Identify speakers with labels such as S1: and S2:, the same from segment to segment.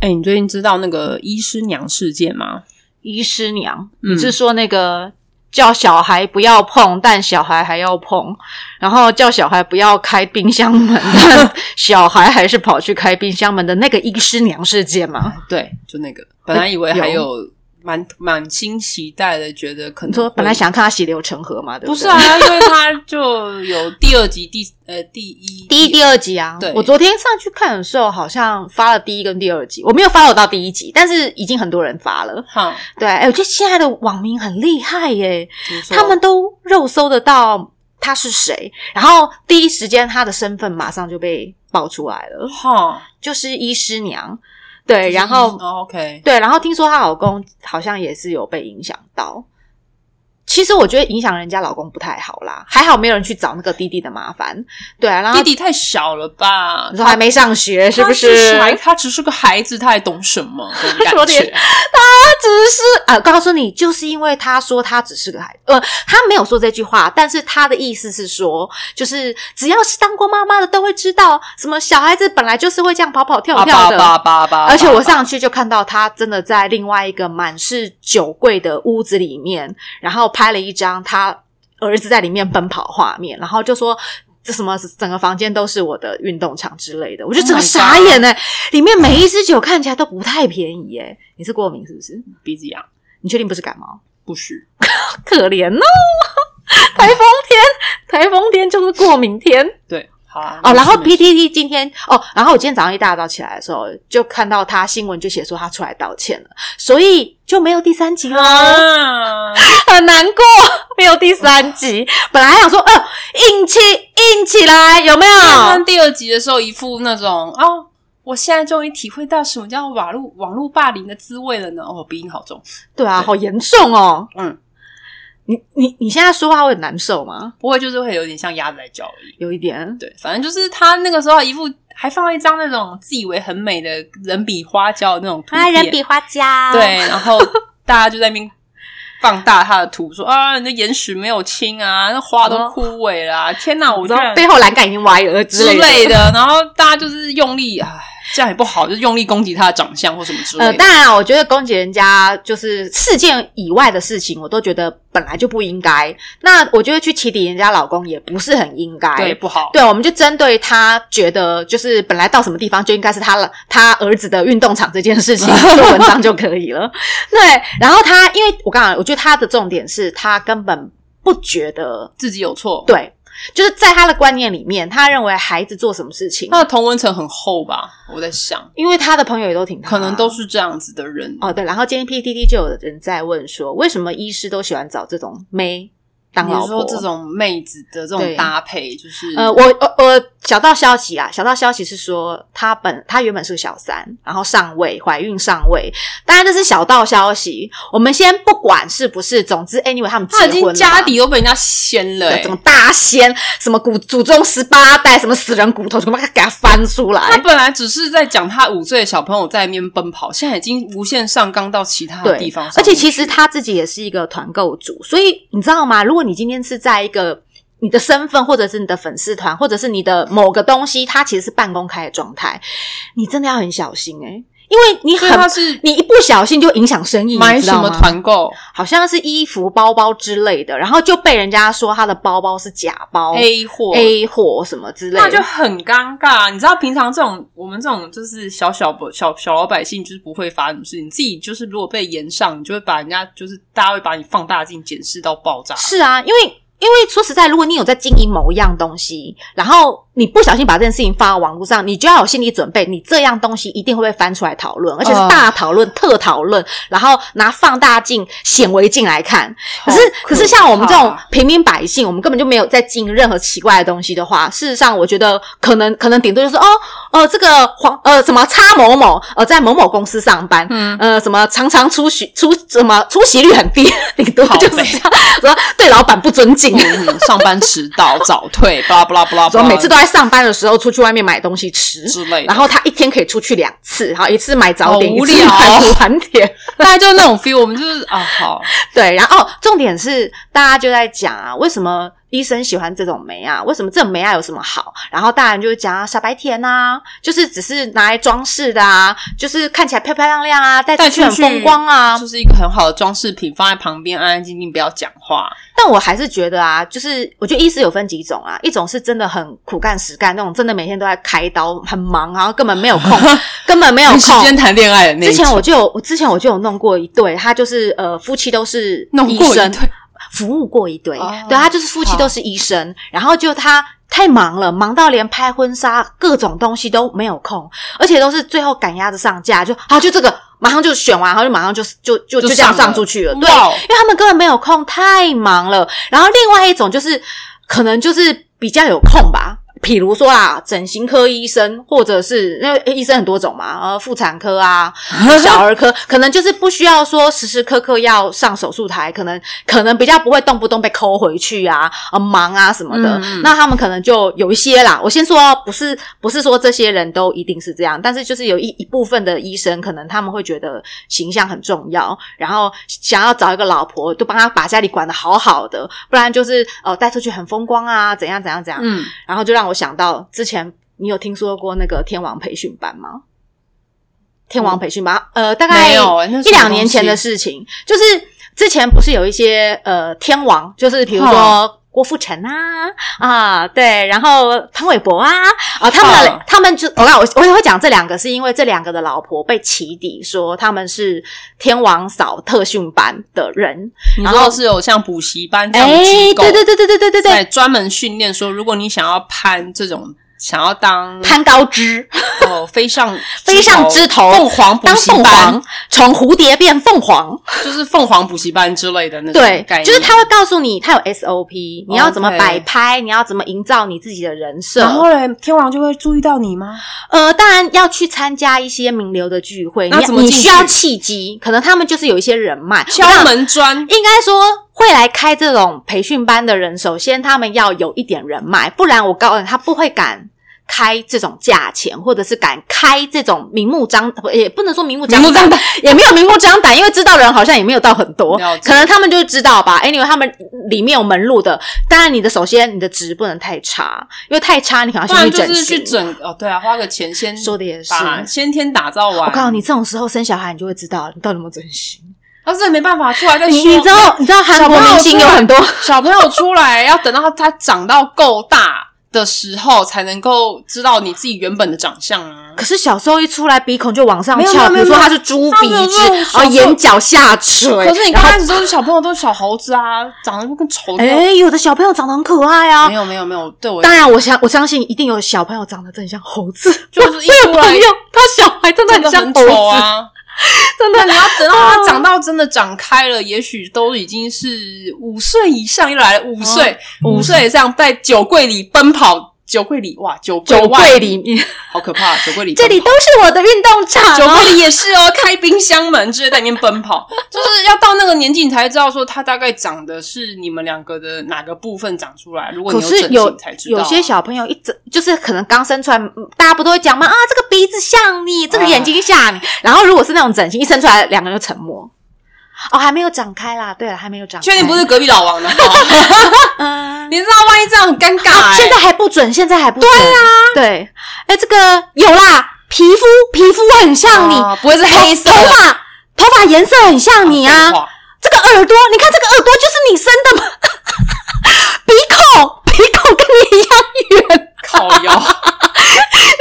S1: 哎、你最近知道那个医师娘事件吗？
S2: 医师娘，
S1: 嗯
S2: 你是说那个叫小孩不要碰，但小孩还要碰，然后叫小孩不要开冰箱 门，但小孩还是跑去开冰箱门的那个医师娘事件吗？
S1: 对，就那个，本来以为还哎
S2: 有
S1: 有蛮满心期待的，觉得可能
S2: 你说
S1: 会
S2: 本来想看他血流成河嘛，对
S1: 嗯不
S2: 对
S1: 是啊，因为他就有第二集第呃第一
S2: 第一、第二集啊
S1: 对，
S2: 我昨天上去看的时候，好像发了第一跟第二集，我没有发到第一集，但是已经很多人发了。
S1: 哈，
S2: 对，哎，我觉得现在的网民很厉害耶，
S1: 怎么说
S2: 他们都肉搜得到他是谁，然后第一时间他的身份马上就被爆出来了，
S1: 哈，
S2: 就是医师娘。
S1: 就
S2: 对，
S1: 是
S2: 然后
S1: 医哦 OK，
S2: 对，然后听说她老公好像也是有被影响到。其实我觉得影响人家老公不太好啦，还好没有人去找那个弟弟的麻烦。对啊，然后
S1: 弟弟太小了吧
S2: 你？说还没上学是不
S1: 是？
S2: 是？
S1: 他他只是个孩子，他还懂什 么？这种
S2: 我
S1: 感
S2: 的
S1: 觉啊
S2: 天他只是啊、告诉你，就是因为他说他只是个孩子，呃，他没有说这句话，但是他的意思是说，就是只要是当过妈妈的都会知道，什么小孩子本来就是会这样跑跑跳
S1: 叭
S2: 跳
S1: 叭
S2: 的。
S1: 叭叭叭，
S2: 而且我上去就看到他真的在另外一个满是酒柜的屋子里面，然后拍了一张他儿子在里面奔跑画面，然后就说。这什么？整个房间都是我的运动场之类的，我就
S1: Oh my
S2: 整个傻眼呢、里面每一支酒看起来都不太便宜耶、你是过敏是不是？
S1: 鼻子痒，
S2: 你确定不是感冒？
S1: 不是
S2: 可怜哦， 台风天，台风天就是过敏天。
S1: 对，好啊
S2: 哦，然后
S1: 没事
S2: PTT 今天哦，然后我今天早上一大早起来的时候，就看到他新闻就写说他出来道歉了，所以就没有第三集 了，
S1: 啊，
S2: 很难过，没有第三 集。本来还想说，哦、硬气硬起来，有没
S1: 看
S2: 有？
S1: 第二集的时候，一副那种哦，我现在终于体会到什么叫网络网络霸凌的滋味了呢。哦，鼻音好重，
S2: 对啊，
S1: 对
S2: 好严重哦。
S1: 嗯，
S2: 你你你现在说话会很难受吗？
S1: 不会就是会有点像鸭子在叫而已。
S2: 有一点，
S1: 对，反正就是他那个时候一副还放了一张那种自以为很美的人比花娇的那种图片，
S2: 啊花家
S1: 对，然后大家就在那边放大他的图，说啊，你的眼屎没有清啊，那花都
S2: 哦
S1: 枯萎啦、天哪，我居
S2: 我知道
S1: 然
S2: 背后栏杆已经歪了之
S1: 之
S2: 类的。
S1: 类的，然后大家就是用力，唉，这样也不好，就是用力攻击他的长相或什么之类
S2: 呃，
S1: 的。
S2: 当然啊，我觉得攻击人家就是事件以外的事情，我都觉得本来就不应该。那我觉得去起底人家老公也不是很应该。
S1: 对，不好。
S2: 对，我们就针对他觉得就是本来到什么地方就应该是他了，他儿子的运动场这件事情做文章就可以了。 对，然后他因为我刚刚我觉得他的重点是他根本不觉得
S1: 自己有错。
S2: 对。就是在他的观念里面，他认为孩子做什么事情，
S1: 他的同文层很厚吧？我在想，
S2: 因为他的朋友也都挺他
S1: 可能都是这样子的人。
S2: 啊哦，对，然后今天 PTT 就有人在问说，为什么医师都喜欢找这种妹当
S1: 你
S2: 老
S1: 是
S2: 婆
S1: 说？这种妹子的这种
S2: 对
S1: 搭配，就是
S2: 呃，我我我小道消息啊，小道消息是说，她本她原本是个小三，然后上位，怀孕上位。当然这是小道消息，我们先不管是不是，总之 anyway 他们结
S1: 他
S2: 婚
S1: 已经
S2: 了
S1: 家
S2: 嘛
S1: 底都被人家掀了、
S2: 对
S1: 欸
S2: 什么大仙，什么骨祖宗十八代，什么死人骨头，什么给他翻出来。
S1: 他本来只是在讲他五岁的小朋友在那边奔跑，现在已经无限上纲到其他的
S2: 对
S1: 地方上
S2: 而
S1: 面去。
S2: 且其实他自己也是一个团购主，所以你知道吗？如果你今天是在一个你的身份，或者是你的粉丝团，或者是你的某个东西，它其实是半公开的状态，你真的要很小心诶、因为你
S1: 所以他
S2: 很
S1: 是
S2: 你一不小心就影响生意，
S1: 买
S2: 你知
S1: 什
S2: 道
S1: 么
S2: 吗？
S1: 团购
S2: 好像是衣服、包包之类的，然后就被人家说他的包包是假包
S1: A 货
S2: A 货什么之类
S1: 那就
S2: 的。
S1: 很尴尬。啊你知道，平常这种我们这种就是小小不小小老百姓，就是不会发生什么事情。你自己就是如果被延上，你就会把人家就是大家会把你放大镜检视到爆炸。
S2: 是啊，因为。因为说实在，如果你有在经营某一样东西，然后你不小心把这件事情发到网络上，你就要有心理准备，你这样东西一定会被翻出来讨论，而且是大讨论、特讨论，然后拿放大镜、显微镜来看。可是，
S1: 哦好
S2: 可是像我们这种
S1: 怕
S2: 平民百姓，我们根本就没有在经营任何奇怪的东西的话，事实上，我觉得可能可能顶多就是哦，呃，这个黄呃什么叉某某呃在某某公司上班，
S1: 嗯
S2: 呃什么常常出席出什么出席率很低， 顶多
S1: 靠
S2: 就是这
S1: 北
S2: 样，说对老板不尊敬。
S1: 嗯上班迟到、早退，巴拉巴 拉巴拉，
S2: 说每次都在上班的时候出去外面买东西吃，
S1: 之类的
S2: 然后他一天可以出去两次，然后一次买早点，
S1: 好
S2: 一
S1: 无
S2: 次
S1: 聊哦
S2: 买午盘点，
S1: 大概就是那种 feel。我们就是啊，好，
S2: 对，然后、哦重点是大家就在讲啊，为什么医生喜欢这种梅啊，为什么这种梅啊有什么好？然后大人就会讲啊，傻白甜啊，就是只是拿来装饰的啊，就是看起来漂漂亮亮啊，带
S1: 带
S2: 出去很
S1: 出去
S2: 风光啊。
S1: 就是一个很好的装饰品，放在旁边安安静静，不要讲话。
S2: 但我还是觉得啊，就是我觉得医师有分几种啊，一种是真的很苦干实干那种，真的每天都在开刀，很忙，然后根本没有空， 根本没有
S1: 没时间
S2: 空。
S1: 谈恋爱的那一
S2: 之前
S1: 种
S2: 我就有，我之前我就有弄过一对，他就是呃夫妻都是
S1: 弄
S2: 医
S1: 过一
S2: 生
S1: 对
S2: 服务过一对，
S1: 哦
S2: 对他就是夫妻都是医生，然后就他太忙了，忙到连拍婚纱各种东西都没有空，而且都是最后赶鸭子上架，就好就这个马上就选完，然后就马上就就就
S1: 就
S2: 就这样
S1: 上了
S2: 上出去了，对，
S1: 哇哦
S2: 因为他们根本没有空，太忙了。然后另外一种就是可能就是比较有空吧。比如说啦，整形科医生，或者是因为医生很多种嘛，呃，妇产科啊，小儿科，可能就是不需要说时时刻刻要上手术台，可能可能比较不会动不动被抠回去啊，呃，忙啊什么的。
S1: 嗯嗯
S2: 那他们可能就有一些啦，我先说哦不是不是说这些人都一定是这样，但是就是有一一部分的医生，可能他们会觉得形象很重要，然后想要找一个老婆，就帮他把家里管得好好的，不然就是呃带出去很风光啊，怎样怎样怎样。
S1: 嗯，
S2: 然后就让我想到之前你有听说过那个天王培训班吗？天王培训班，呃，大概
S1: 没有欸那是什
S2: 一
S1: 么
S2: 两年前的事情，就是之前不是有一些呃天王，就是比如说
S1: 哦。
S2: 郭富城啊啊，对，然后潘玮柏啊啊，他们的、
S1: 哦
S2: 他们就我看我我也会讲这两个，是因为这两个的老婆被起底说他们是天王嫂特训班的人，
S1: 你
S2: 然
S1: 说
S2: 后
S1: 是有像补习班这样的
S2: 哎，
S1: 机构，
S2: 对对对对对对对
S1: 在
S2: 对，
S1: 专门训练说，如果你想要攀这种，想要当
S2: 攀高枝，
S1: 哦飞上
S2: 飞上枝头
S1: 凤凰补
S2: 当
S1: 习
S2: 凤
S1: 班
S2: 凰，，从蝴蝶变凤凰。
S1: 就是凤凰补习班之类的那种
S2: 对
S1: 概，念，哦
S2: 就是他会告诉你，他有 SOP，你要怎么
S1: OK
S2: 摆拍，你要怎么营造你自己的人设
S1: 然。后嘞，天王就会注意到你吗？
S2: 呃，当然要去参加一些名流的聚会，
S1: 那
S2: 你
S1: 怎么
S2: 你
S1: 进
S2: 需要
S1: 去
S2: 契机，可能他们就是有一些人脉。我
S1: 敲
S2: 想
S1: 门砖，
S2: 应该说会来开这种培训班的人，首先他们要有一点人脉，不然我告诉你，他不会敢。开这种价钱，或者是敢开这种明目张，不也不能说明目张
S1: 明目张
S2: 胆，也没有明目张胆，因为知道的人好像也没有到很多
S1: 了，解
S2: 可能他们就知道吧。Anyway，他们里面有门路的，当然你的首先你的值不能太差，因为太差你可能
S1: 不
S2: 要先
S1: 然就
S2: 去整
S1: 是去
S2: 形。
S1: 整哦，对啊，花个钱先
S2: 说的也是，
S1: 把先天打造完。
S2: 我告诉你，，这种时候生小孩你就会知道你到底有没有整形。
S1: 但是没办法出来再说。
S2: 你你知道你知道韩
S1: 小
S2: 国
S1: 朋友
S2: 明星有很多
S1: 小朋友出来要等到他他长到够大的时候，才能够知道你自己原本的长相啊。
S2: 可是小时候一出来，鼻孔就往上
S1: 没有
S2: 翘，比
S1: 没有
S2: 如说
S1: 没有
S2: 他是猪
S1: 他
S2: 鼻
S1: 没有
S2: 子
S1: 那种，小
S2: 然后
S1: 时候
S2: 眼角下垂。
S1: 可是你
S2: 然
S1: 刚
S2: 后
S1: 开始都是小朋友，都是小猴子啊，长得就跟丑的一样。
S2: 哎，有的小朋友长得很可爱啊
S1: 没。有没有没有，对我
S2: 当然，我相我相信一定有小朋友长得真的像猴子。
S1: 就是一
S2: 我有
S1: 出来
S2: 朋友，他 小孩真的
S1: 真的
S2: 很像
S1: 很
S2: 猴
S1: 丑
S2: 子，
S1: 啊。
S2: 真的。
S1: 那你要等到他长到真的长开了，也许都已经是五岁以上，又来了五岁，
S2: 嗯
S1: 五岁以上在酒柜里奔跑，酒柜里哇，酒
S2: 酒
S1: 外
S2: 柜里 面，
S1: 好可怕，酒柜里
S2: 这里
S1: 奔跑
S2: 都是我的运动场
S1: 酒
S2: 哦。
S1: 柜里也是哦，开冰箱门直接在里面奔 跑，就是要到那个年纪你才知道说他大概长的是你们两个的哪个部分长出来。如果
S2: 可
S1: 你
S2: 是
S1: 整
S2: 有
S1: 形才知道啊，
S2: 有些小朋友一整就是可能刚生出来，嗯大家不都会讲吗？啊，这个鼻子像你，这个眼睛像
S1: 哎
S2: 你。然后如果是那种整形，一生出来两个人就沉默。哦，还没有长开啦。对了，还没有长开。
S1: 确定不是隔壁老王的话，
S2: 嗯。
S1: 你知道万一这样很尴尬、
S2: 啊，
S1: 欸。
S2: 现在还不准，现在还不准。对啊，对，哎，这个有啦，皮肤皮肤哦会很像你，
S1: 啊不会是黑色
S2: 头
S1: 的
S2: 发头发颜色很像你啊，
S1: 哇
S2: 这个耳朵，你看这个耳朵就是你生的吗？ 鼻孔鼻孔跟你一样圆，
S1: 靠腰。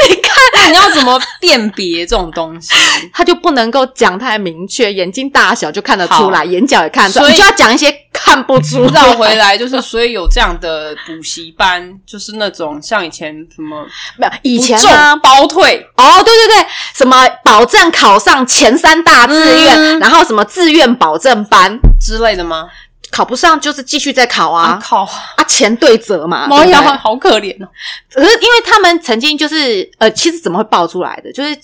S2: 你看
S1: 那你要怎么辨别这种东西？
S2: 他就不能够讲太明确，眼睛大小就看得出来，
S1: 好
S2: 眼角也看得出来，
S1: 所以
S2: 你就要讲一些看不出来。
S1: 绕回来就是，所以有这样的补习班，就是那种像以前什么
S2: 没有以前
S1: 不
S2: 呢
S1: 中，包退，
S2: 哦，对对对，什么保证考上前三大志愿，
S1: 嗯
S2: 然后什么志愿保证班，
S1: 之类的吗？
S2: 考不上就是继续再考啊，
S1: 靠，
S2: 啊钱对折嘛，
S1: 猫
S2: 对不
S1: 呀，
S2: 对
S1: 好可怜哦。
S2: 可是因为他们曾经就是呃，其实怎么会爆出来的？就是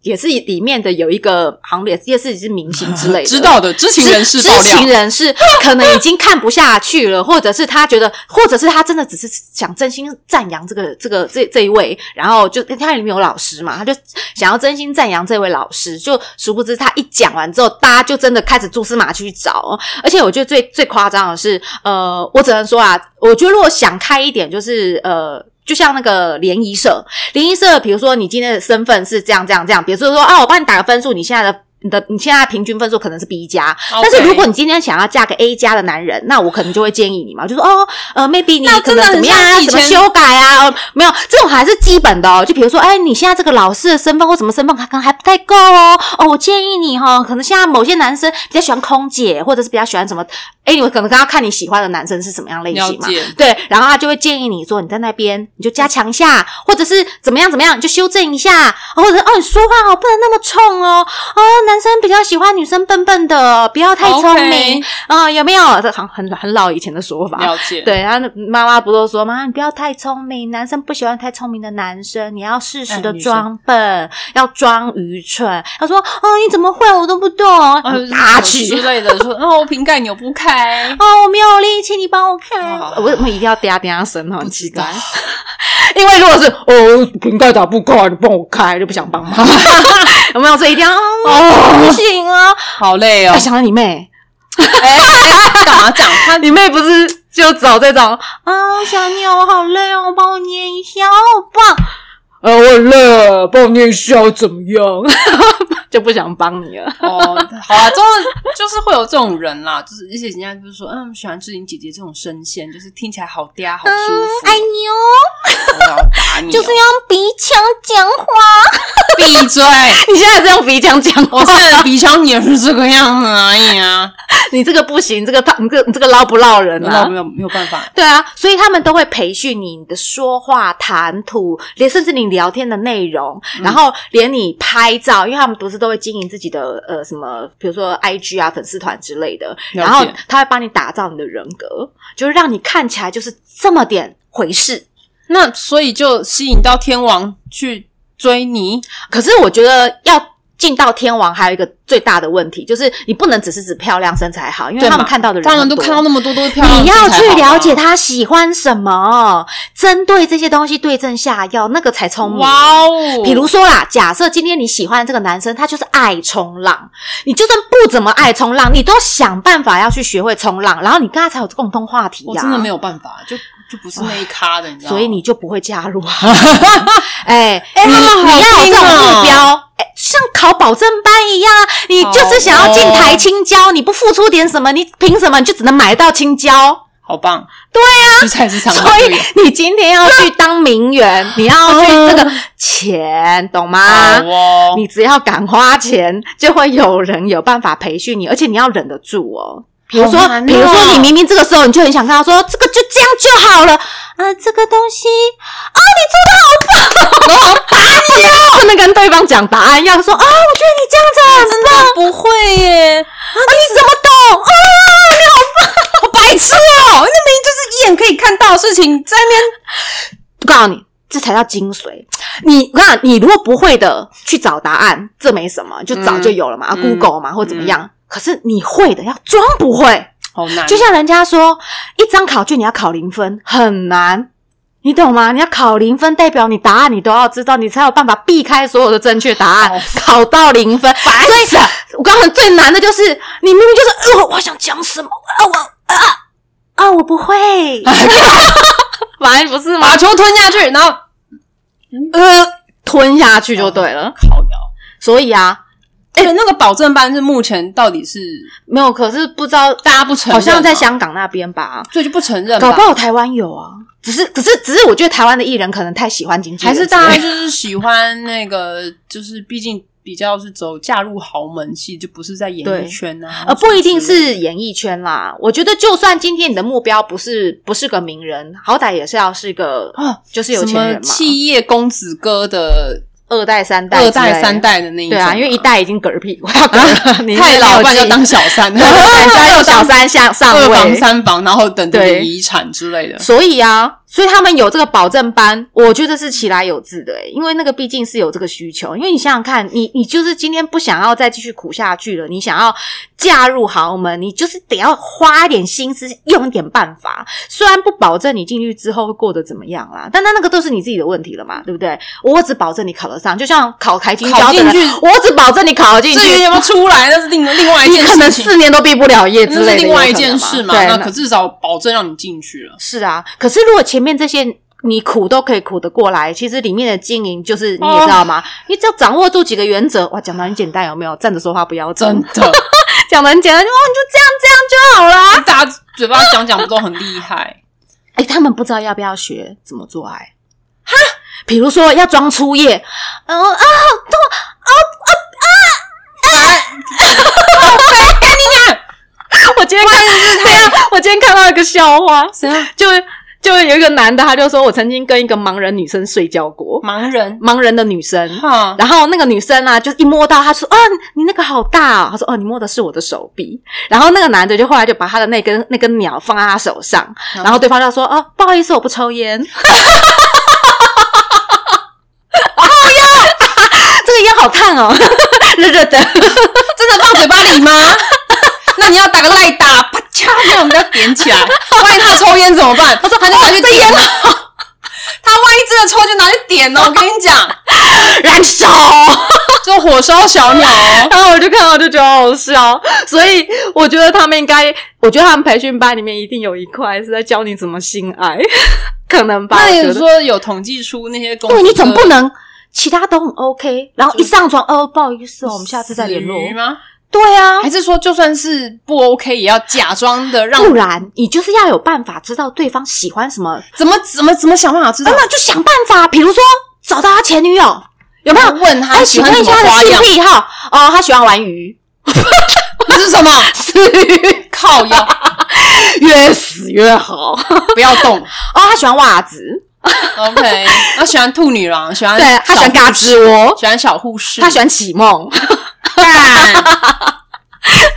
S2: 也是里面的有一个好像也也是是明星之类 的，
S1: 知道的知情人士
S2: 知
S1: 爆料
S2: 情人士可能已经看不下去了，或者是他觉得，或者是他真的只是想真心赞扬这个这个这这一位，然后就他里面有老师嘛，他就想要真心赞扬这位老师，就殊不知他一讲完之后，大家就真的开始蛛丝马迹去找，而且我觉得最最夸张的是，呃，我只能说啊，我觉得如果想开一点，就是呃。就像那个联谊社，联谊社，比如说你今天的身份是这样这样这样，比如说说啊，我帮你打个分数，你现在的你的你现在平均分数可能是 B 加，但是如果你今天想要嫁个 A 加的男人，那我可能就会建议你嘛，就说哦，呃，maybe 你
S1: 那
S2: 可
S1: 真的
S2: 能
S1: 很
S2: 怎么样啊，
S1: 像以
S2: 怎么
S1: 前
S2: 修改啊，哦，没有，这种还是基本的哦。就比如说，哎，你现在这个老师的身份或什么身份，可能还不太够哦。哦，我建议你哈、哦，可能现在某些男生比较喜欢空姐，或者是比较喜欢什么，哎，你可能刚刚看你喜欢的男生是什么样类
S1: 了
S2: 型嘛，
S1: 解，
S2: 对，然后他就会建议你说你在那边你就加强一下，或者是怎么样怎么样，你就修正一下，或者是哦你说话哦不能那么冲哦，哦男生比较喜欢女生笨笨的，哦不要太聪明
S1: OK，
S2: 啊、有没有？这好像很很老以前的说法。
S1: 了解，
S2: 对，然后妈妈不都说妈，你不要太聪明，男生不喜欢太聪明的男生，你要适时
S1: 哎
S2: 的
S1: 女生
S2: 装笨，要装愚蠢。他说，哦，你怎么会？我都不懂，
S1: 啊，就是
S2: 打去
S1: 之类的，说哦，我瓶盖扭不开，
S2: 哦，我没有力气，你帮我看。
S1: 哦
S2: 我我一定要嗲嗲声哦，很奇怪。
S1: 不知道
S2: 因为如果是哦瓶盖打不开，你帮我开，就不想帮忙。 有没有？所以一定要哦，不行啊！
S1: 好累哦
S2: 哎，，想到你妹，
S1: 干嘛这样？他
S2: 你妹不是就找这种啊？小鸟，我好累哦，帮我捏一下，好棒。呃，我很累了，帮我捏一下怎么样？ 就不想帮你了。
S1: 哦，好啊，就是就是会有这种人啦，就是而且人家就是说，嗯，喜欢志玲姐姐这种声线，就是听起来好嗲，好舒服，
S2: 哎呦，
S1: 我要打你哦，
S2: 就是要用鼻腔讲话。
S1: 闭嘴！
S2: 你现在是用鼻腔讲话
S1: 我现在的鼻腔也是这个样子而已啊，
S2: 你这个不行，你这个套，你这个你这个捞不捞人
S1: 那
S2: 啊
S1: 没？有没有办法，
S2: 对啊，所以他们都会培训你你的说话、谈吐，连甚至你聊天的内容，
S1: 嗯
S2: 然后连你拍照，因为他们不是都会经营自己的呃什么，比如说 IG 啊、粉丝团之类的，
S1: 了解
S2: 然后他会帮你打造你的人格，就是让你看起来就是这么点回事。
S1: 那所以就吸引到天王去追你，
S2: 可是我觉得要。进到天王还有一个最大的问题，就是你不能只是指漂亮身材好，因为
S1: 对
S2: 他
S1: 嘛
S2: 们看到的人
S1: 他们
S2: 很
S1: 都
S2: 多
S1: 看到那么多都是漂亮，
S2: 你要去了解。他喜欢什
S1: 啊
S2: 么，针对这些东西对症下药，那个才聪明。
S1: 哇哦！
S2: 比如说啦，假设今天你喜欢这个男生，他就是爱冲浪，你就算不怎么爱冲浪，你都想办法要去学会冲浪，然后你跟他才有共同话题呀、
S1: 我真的没
S2: 有，
S1: 有办法，就就不是那一咖的，你知道吗？
S2: 所以你就不会加 入啊。哎
S1: 哎
S2: 你
S1: 他们好
S2: 你要有这种
S1: 拼哦
S2: 目标。哎像考保证班一样啊，你就是想要进
S1: 好哦
S2: 台青椒，你不付出点什么，你凭什么你就只能买到青椒？
S1: 好棒，对呀、去菜市场
S2: 啊所
S1: 买
S2: 以
S1: 对呀
S2: 你今天要去当 名媛，你要去这个啊钱，懂吗
S1: 好？哦，
S2: 你只要敢花钱，就会有人有办法培训你，而且你要忍得住哦。比如说
S1: 好难，哦
S2: 比如说，你明明这个时候你就很想跟他说，这个就这样就好了啊，这个东西啊， 你做的好棒，我好棒， 不能跟对方讲答案，要说啊，我觉得你这样子很棒，
S1: 不会耶，
S2: 啊，你怎么懂啊？
S1: 好白痴哦、那明明就是一眼可以看到的事情，在那边
S2: 我告诉你，这才叫精髓。你我看你如果不会的去找答案，这没什么，就早就有了嘛、啊
S1: 嗯
S2: g o o g l e 嘛或怎么样。可是你会的要装不会，
S1: 好难
S2: 就像人家说，一张考卷你要考零分很难，你懂吗？你要考零分，代表你答案你都要知道，你才有办法避开所有的正确答案，
S1: 好
S2: 考到零分。所以我告诉你，最难的就是你明明就是，呃，我想讲什么，啊，我啊啊，我不会， 反正不是吗
S1: 把？球吞下去，然后
S2: 呃，吞下去就对了。
S1: 烤窑。
S2: 所以啊，
S1: 哎、那个保证班是目前到底是
S2: 没有，可是不知道，
S1: 大家不承认，
S2: 好像在，香港那边吧，
S1: 所以就不承认吧，
S2: 搞不好台湾有啊。只是，只是，只是，我觉得台湾的艺人可能太喜欢经纪
S1: 还
S2: 人
S1: 是
S2: 之类的，
S1: 大家就是喜欢那个，就是毕竟比较是走嫁入豪门系，就不是在演
S2: 对
S1: 艺圈啊，
S2: 呃，不一定
S1: 或者什么之类的
S2: 是演艺圈啦。我觉得，就算今天你的目标不是不是个名人，好歹也是要是个，
S1: 啊
S2: 就是有钱
S1: 什么
S2: 人嘛，
S1: 企业公子哥的
S2: 二代、三代、
S1: 二代、三。代的那一种
S2: 对
S1: 嘛，
S2: 啊，因为一代已经嗝屁，我要 嗝，你
S1: 太老，不
S2: 半
S1: 然 就 当小三，
S2: 老人家又小三上上
S1: 二
S2: 位
S1: 房、三房，然后等着
S2: 对
S1: 你遗产之类的。
S2: 所以啊，所以他们有这个保证班，我觉得是其来有志的、欸，因为那个毕竟是有这个需求。因为你想想看，你你就是今天不想要再继续苦下去了，你想要嫁入豪门，你就是得要花一点心思，用一点办法。虽然不保证你进去之后会过得怎么样啦，但那那个都是你自己的问题了嘛，对不对？我只保证你考得上，就像考台金
S1: 考
S2: 标准
S1: 进
S2: 的，
S1: 去
S2: 我只保证你考得进
S1: 至于
S2: 去
S1: 有没。有出来， 那是另另外一
S2: 你
S1: 件
S2: 可
S1: 事
S2: 能
S1: 情，
S2: 四年都毕不了业之
S1: 那是
S2: 类的，
S1: 另外
S2: 有
S1: 一
S2: 可能
S1: 件事嘛。
S2: 对，
S1: 那可至少保证让你进去了。
S2: 是啊，可是如果前面这些你苦都可以苦得过来，其实里面的经营就是你也知道吗？你只要掌握住几个原则，哇，讲的很简单，有没有？站着说话不腰
S1: 真
S2: 疼，
S1: 的，
S2: 讲的很简单，就哦，你就这样这样就好啦。
S1: 大家嘴巴讲讲不都很厉害？
S2: 哎、他们不知道要不要学怎么做爱，哈，比如说要装初夜，嗯、啊，痛啊啊 啊！我今天看，啊我今天看到一个笑话，
S1: 谁啊？
S2: 就就有一个男的，他就说我曾经跟一个盲人女生睡觉过，
S1: 盲人
S2: 盲人的女生。
S1: 哈，
S2: 然后那个女生啊，就一摸到，她说：“哦，你你那个好大哦。”她说：“哦，你摸的是我的手臂。”然后那个男的就后来就把他的那根那根鸟放在他手上，然后对方就说：“哦，不好意思，我不抽烟。” 哦呀， 这个烟好烫哦，热热的。
S1: 真的放嘴巴里吗？ 那你要打个赖打，啪嚓，让我们要点起来。万一他抽烟怎么办？他说他就拿去点哦烟 他万一真的抽，就拿去点哦。我跟你讲，
S2: 燃烧。
S1: 就火烧小鸟哦。
S2: 然后我就看到就觉得好好笑，所以我觉得他们应该，我觉得他们培训班里面一定有一块是在教你怎么性爱，可能 吧？
S1: 那
S2: 我觉
S1: 你
S2: 得，
S1: 说有统计出那些公
S2: 因
S1: 司的
S2: 为你总不能其他都很 OK，然后一上床哦，不好意思哦，我们下次再联络
S1: 死。鱼吗？
S2: 对啊，
S1: 还是说就算是不 OK，也要假装的让
S2: 不然你就是要有办法知道对方喜欢什么，
S1: 怎么怎么怎么想办法知道？
S2: 那就想办法，比如说找到他前女友有没有？
S1: 问他
S2: 哎，
S1: 喜
S2: 请
S1: 欢
S2: 问
S1: 什
S2: 一
S1: 么
S2: 下他
S1: 花
S2: 的性
S1: 样？
S2: 癖好哦，他喜欢玩鱼，
S1: 这是什么？
S2: 死鱼
S1: 靠腰，
S2: 越死越好 哦，
S1: 不要动。
S2: 他喜欢袜子。
S1: OK，他喜欢兔女郎，喜欢
S2: 对他喜欢
S1: 小护
S2: 嘎吱窝，
S1: 喜欢小护士，
S2: 他喜欢 启梦。
S1: 干。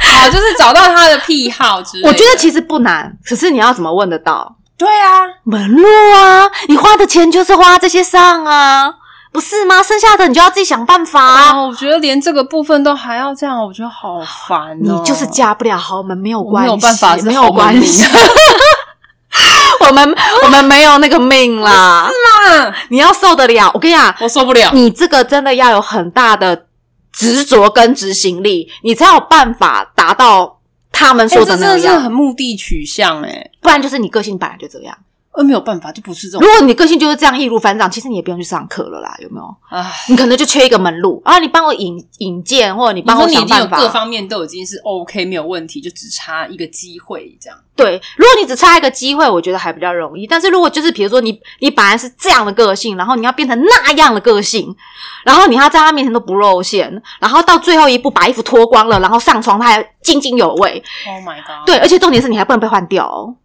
S1: 好，就是找到他的癖好之类的。
S2: 我觉得其实不难，可是你要怎么问得到
S1: 对啊，
S2: 门路啊？你花的钱就是花这些上啊，不是吗？剩下的你就要自己想办法啊。
S1: 啊，我觉得连这个部分都还要这样，我觉得好烦哦。
S2: 你就是嫁不了豪门，没有
S1: 我
S2: 关
S1: 没
S2: 系，
S1: 有办法是
S2: 没
S1: 豪
S2: 有
S1: 门啊
S2: 关
S1: 命
S2: 系。 我们我们没有那个 命啦，
S1: 啊，
S2: 你要受得了。我跟你讲，
S1: 我受不了。
S2: 你这个真的要有很大的执着跟执行力，你才有办法达到他们
S1: 哎
S2: 说
S1: 这
S2: 的
S1: 真
S2: 那
S1: 的是
S2: 样。
S1: 很目的取向哎，
S2: 不然就是你个性本来就这样。
S1: 呃，没有办法，就不是这种
S2: 如果你个性就是这样易如反掌，其实你也不用去上课了啦，有没有？
S1: 啊。
S2: 你可能就缺一个门路啊，你帮我引引荐，或者你
S1: 你
S2: 帮
S1: 说
S2: 我
S1: 你已
S2: 想
S1: 经有
S2: 办法。
S1: 各方面都已经是 OK，没有问题，就只差一个机会这样。
S2: 对，如果你只差一个机会，我觉得还比较容易。但是如果就是比如说你你本来是这样的个性，然后你要变成那样的个性，然后你要在他面前都不露馅，然后到最后一步把衣服脱光了，然后上床他还津津有味，
S1: Oh my god！
S2: 对，而且重点是你还不能被换掉哦，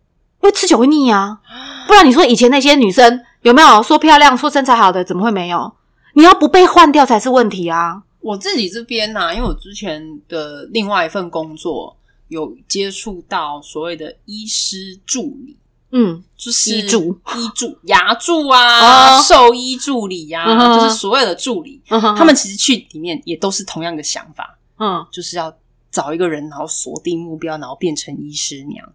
S2: 因为吃久会腻啊。不然你说以前那些女生有没有说漂亮、说身材好的，怎么会没有？你要不被换掉才是问题啊！
S1: 我自己这边呢、因为我之前的另外一份工作有接触到所谓的医师助理，
S2: 嗯，
S1: 就是
S2: 医助、
S1: 医助、牙助啊、
S2: 哦
S1: 兽医助理呀、
S2: 嗯哼嗯
S1: 就是所有的助理，他
S2: 他
S1: 们其实去里面也都是同样的想法，
S2: 嗯
S1: 就是要找一个人，然后锁定目标，然后变成医师娘。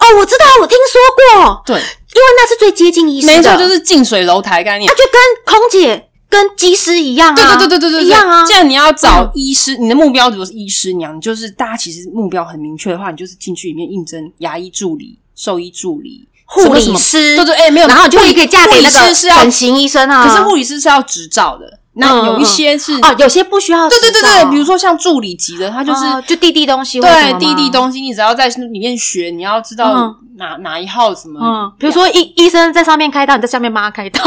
S2: 哦，我知道，我听说过，
S1: 对，
S2: 因为那是最接近医师的，
S1: 没错，就是近水楼台概念
S2: 那。就跟空姐跟机师一样啊，
S1: 对对对对对对，对
S2: 一样啊
S1: 既。然你要找医师，你的目标如果是医师娘，你就是大家其实目标很明确的话，你就是进去里面应征牙医助理、兽医助理、
S2: 护理
S1: 什么什么
S2: 师
S1: 对对，哎、没有，
S2: 嗯然后你就
S1: 护
S2: 也可以嫁给那
S1: 护理师是
S2: 个
S1: 要
S2: 整，形医生啊。
S1: 可是护理师是要执照的。那
S2: 嗯
S1: 有一些是，
S2: 哦，有些不需要
S1: 对对对
S2: 执照
S1: 对，比如说像助理级的，他就是。
S2: 哦就递递东西或什么
S1: 对，
S2: 吗，
S1: 滴滴东西，你只要在里面学，你要知道
S2: 嗯
S1: 哪、哪一号什么。
S2: 嗯，比如
S1: 啊
S2: 说医医生在上面开刀，你在下面帮他开刀，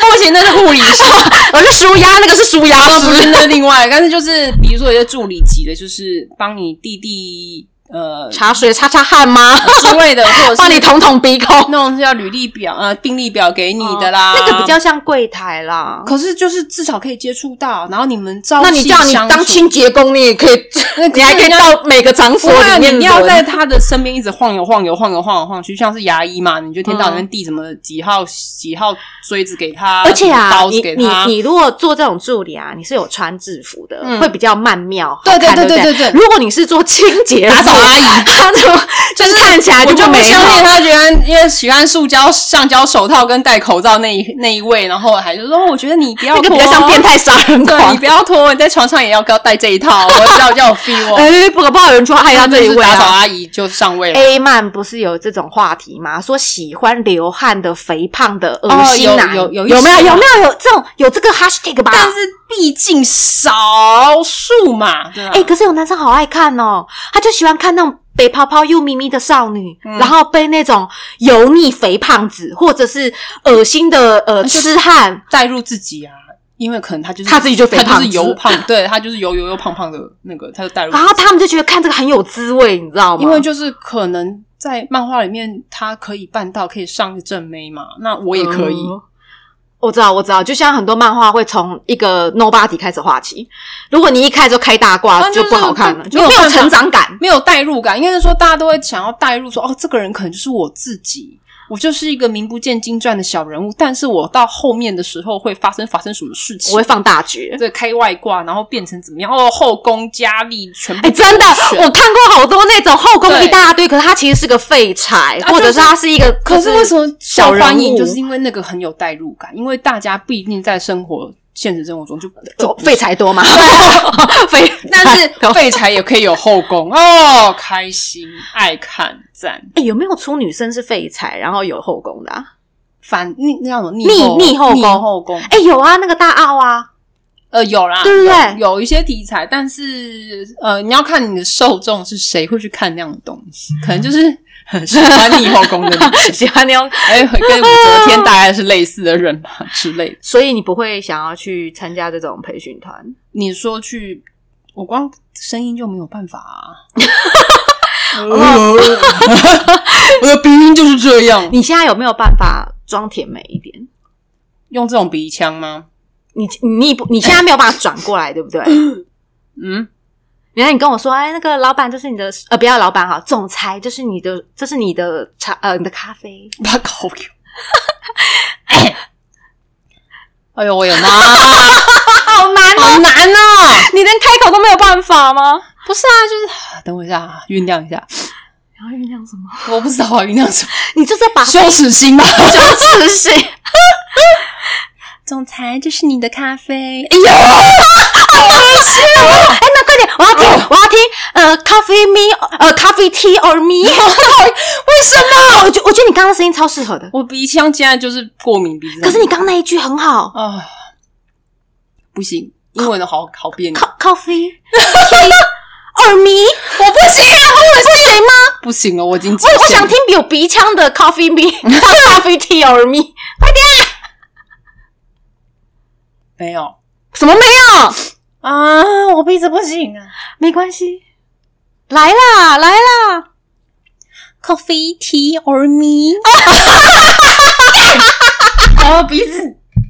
S1: 不行，那是护理师，
S2: 我是舒压，那个是舒压
S1: 不
S2: 师。
S1: 是那另外。但是就是，比如说有些助理级的，就是帮你弟弟呃
S2: 茶水擦擦汗吗？
S1: 之类的， 或者
S2: 帮
S1: 是
S2: 你捅捅鼻孔
S1: 那种叫履历表呃病历表给你的啦，
S2: 哦那个比较。像柜台啦。
S1: 可是就是至少可以接触到，然后你们朝
S2: 那你
S1: 夕
S2: 叫你
S1: 相
S2: 当
S1: 处
S2: 清洁工，你也可以，你还可以到每个场所
S1: 对啊，
S2: 里面
S1: 你要
S2: 轮
S1: 在他的身边一直晃悠晃悠晃悠晃悠晃去，像是牙医嘛，你就天到晚那边递什么几号几号锥子给他，
S2: 而且
S1: 什么
S2: 啊，
S1: 刀
S2: 你
S1: 子给
S2: 你
S1: 他，
S2: 你如果做这种助理啊，你是有穿制服的，
S1: 嗯
S2: 会比较曼妙。好
S1: 对对
S2: 看
S1: 对
S2: 对不
S1: 对对对
S2: 如果你是做清洁
S1: 打扫阿 姨，
S2: 打扫，就是看起来
S1: 我就
S2: 不
S1: 不
S2: 美
S1: 相信
S2: 好。
S1: 他喜欢，因为喜欢塑胶、橡胶手套跟戴口罩那一那一位，然后还就说，哦我觉得你不要
S2: 那
S1: 脱，啊
S2: 个比较像变态杀 人
S1: 对
S2: 狂
S1: 你。不要脱，你在床上也要戴这一套，我比较比较有 feel 哦。
S2: 哎，不可不好有人说害他这一位
S1: 打扫哎
S2: 啊。
S1: 阿姨就上位了，
S2: A 曼不是有这种话题吗？说喜欢流汗的肥胖的恶心男，
S1: 有有有一
S2: 有没有
S1: 些啊
S2: 有没有有这种有这个 hashtag 吧？
S1: 但是毕竟少数嘛，对啊吧
S2: 哎、可是有男生好爱看哦，他就喜欢看那种北泡泡又咪咪的少女，
S1: 嗯
S2: 然后被那种油腻肥胖子或者是恶心的
S1: 嗯
S2: 呃痴汉，
S1: 带入自己啊，因为可能他就是
S2: 他自己就肥
S1: 他
S2: 胖
S1: 就是
S2: 子
S1: 油 胖，对他就是油油又胖胖的那个，他就带入自
S2: 然
S1: 己。
S2: 后他们就觉得看这个很有滋味，你知道吗？
S1: 因为就是可能在漫画里面，他可以办到可以上一正妹嘛，那我也可以。
S2: 嗯我知道，我知道，就像很多漫画会从一个 nobody 开始画起，如果你一开始就开大挂，
S1: 但就是
S2: 不好看了，
S1: 就没
S2: 啊就没
S1: 有
S2: 有
S1: 办法
S2: 成长感。
S1: 没有代入感，应该是说大家都会想要代入说，哦，这个人可能就是我自己，我就是一个名不见经传的小人物，但是我到后面的时候会发生发生什么事情，
S2: 我会放大绝，
S1: 对开外挂，然后变成怎么样？哦，后宫佳丽全部
S2: 哎、真的
S1: 都选，
S2: 我看过好多那种后宫
S1: 对
S2: 一大堆，可是他其实是个废柴，
S1: 啊
S2: 或
S1: 就是
S2: 者是他是一个，
S1: 可是为什么
S2: 小
S1: 受
S2: 人
S1: 欢迎？
S2: 物
S1: 就是因为那个很有代入感，因为大家不一定在生活现实生活中就
S2: 就废柴多嘛？ 废，
S1: 但是废柴也可以有后宫哦，开心爱看赞
S2: 哎、有没有出女生是废柴，然后有后宫的、啊？
S1: 反逆那叫什么逆
S2: 逆逆后宫
S1: 逆后宫
S2: 哎、有啊，那个大奥啊，
S1: 呃有啦，
S2: 对不对
S1: 有有一些题材，但是呃你要看你的受众是谁会去看那样的东西，可能就是很喜欢逆后宫的人，
S2: 喜 欢那种，
S1: 哎、跟武则天大概是类似的人吧之类的。
S2: 所以你不会想要去参加这种培训团？
S1: 你说去，我光声音就没有办法、 啊。哎嗯我的鼻音就是这样，
S2: 哦你现在有没有办法装甜美一点？
S1: 用这种鼻腔吗？
S2: 你你不，你现在没有办法转过来，对不对？
S1: 嗯，
S2: 原来你跟我说，哎，那个老板就是你的，呃，不要老板哈，总裁就是你的，这是你的茶，呃，你的咖啡。
S1: 把口给 我。哎呦，我有吗？
S2: 好难
S1: 好
S2: 哦，
S1: 难哦！
S2: 你连开口都没有办法吗？
S1: 不是啊，就是 啊等我一下啊，酝酿一下。
S2: 然后酝酿什么？
S1: 我不知道啊，酝酿什 么？
S2: 你 就是把
S1: 羞耻心吗？
S2: 自信。
S1: 总裁，这是你的咖啡。哎
S2: 哎，那快点，我要听，我要听。呃，coffee me，呃，coffee tea or me。为 什么？嗯我觉我觉得你刚刚声音超适合的，
S1: 我鼻腔现在就是过敏鼻子。
S2: 可是你刚刚那一句很好
S1: 啊，不行，英文的好好别扭。
S2: ，co coffee tea or me。我不行，啊我是谁吗？
S1: 不行了，我已经极
S2: 我我
S1: 限
S2: 想
S1: 了
S2: 听有鼻腔的 coffee me，coffee tea or me。快点，
S1: 没有
S2: 什么没有？
S1: 啊，我鼻子不行啊。
S2: 没关系，来啦，来啦。
S1: 哎 Coffee, tea or me？ 哦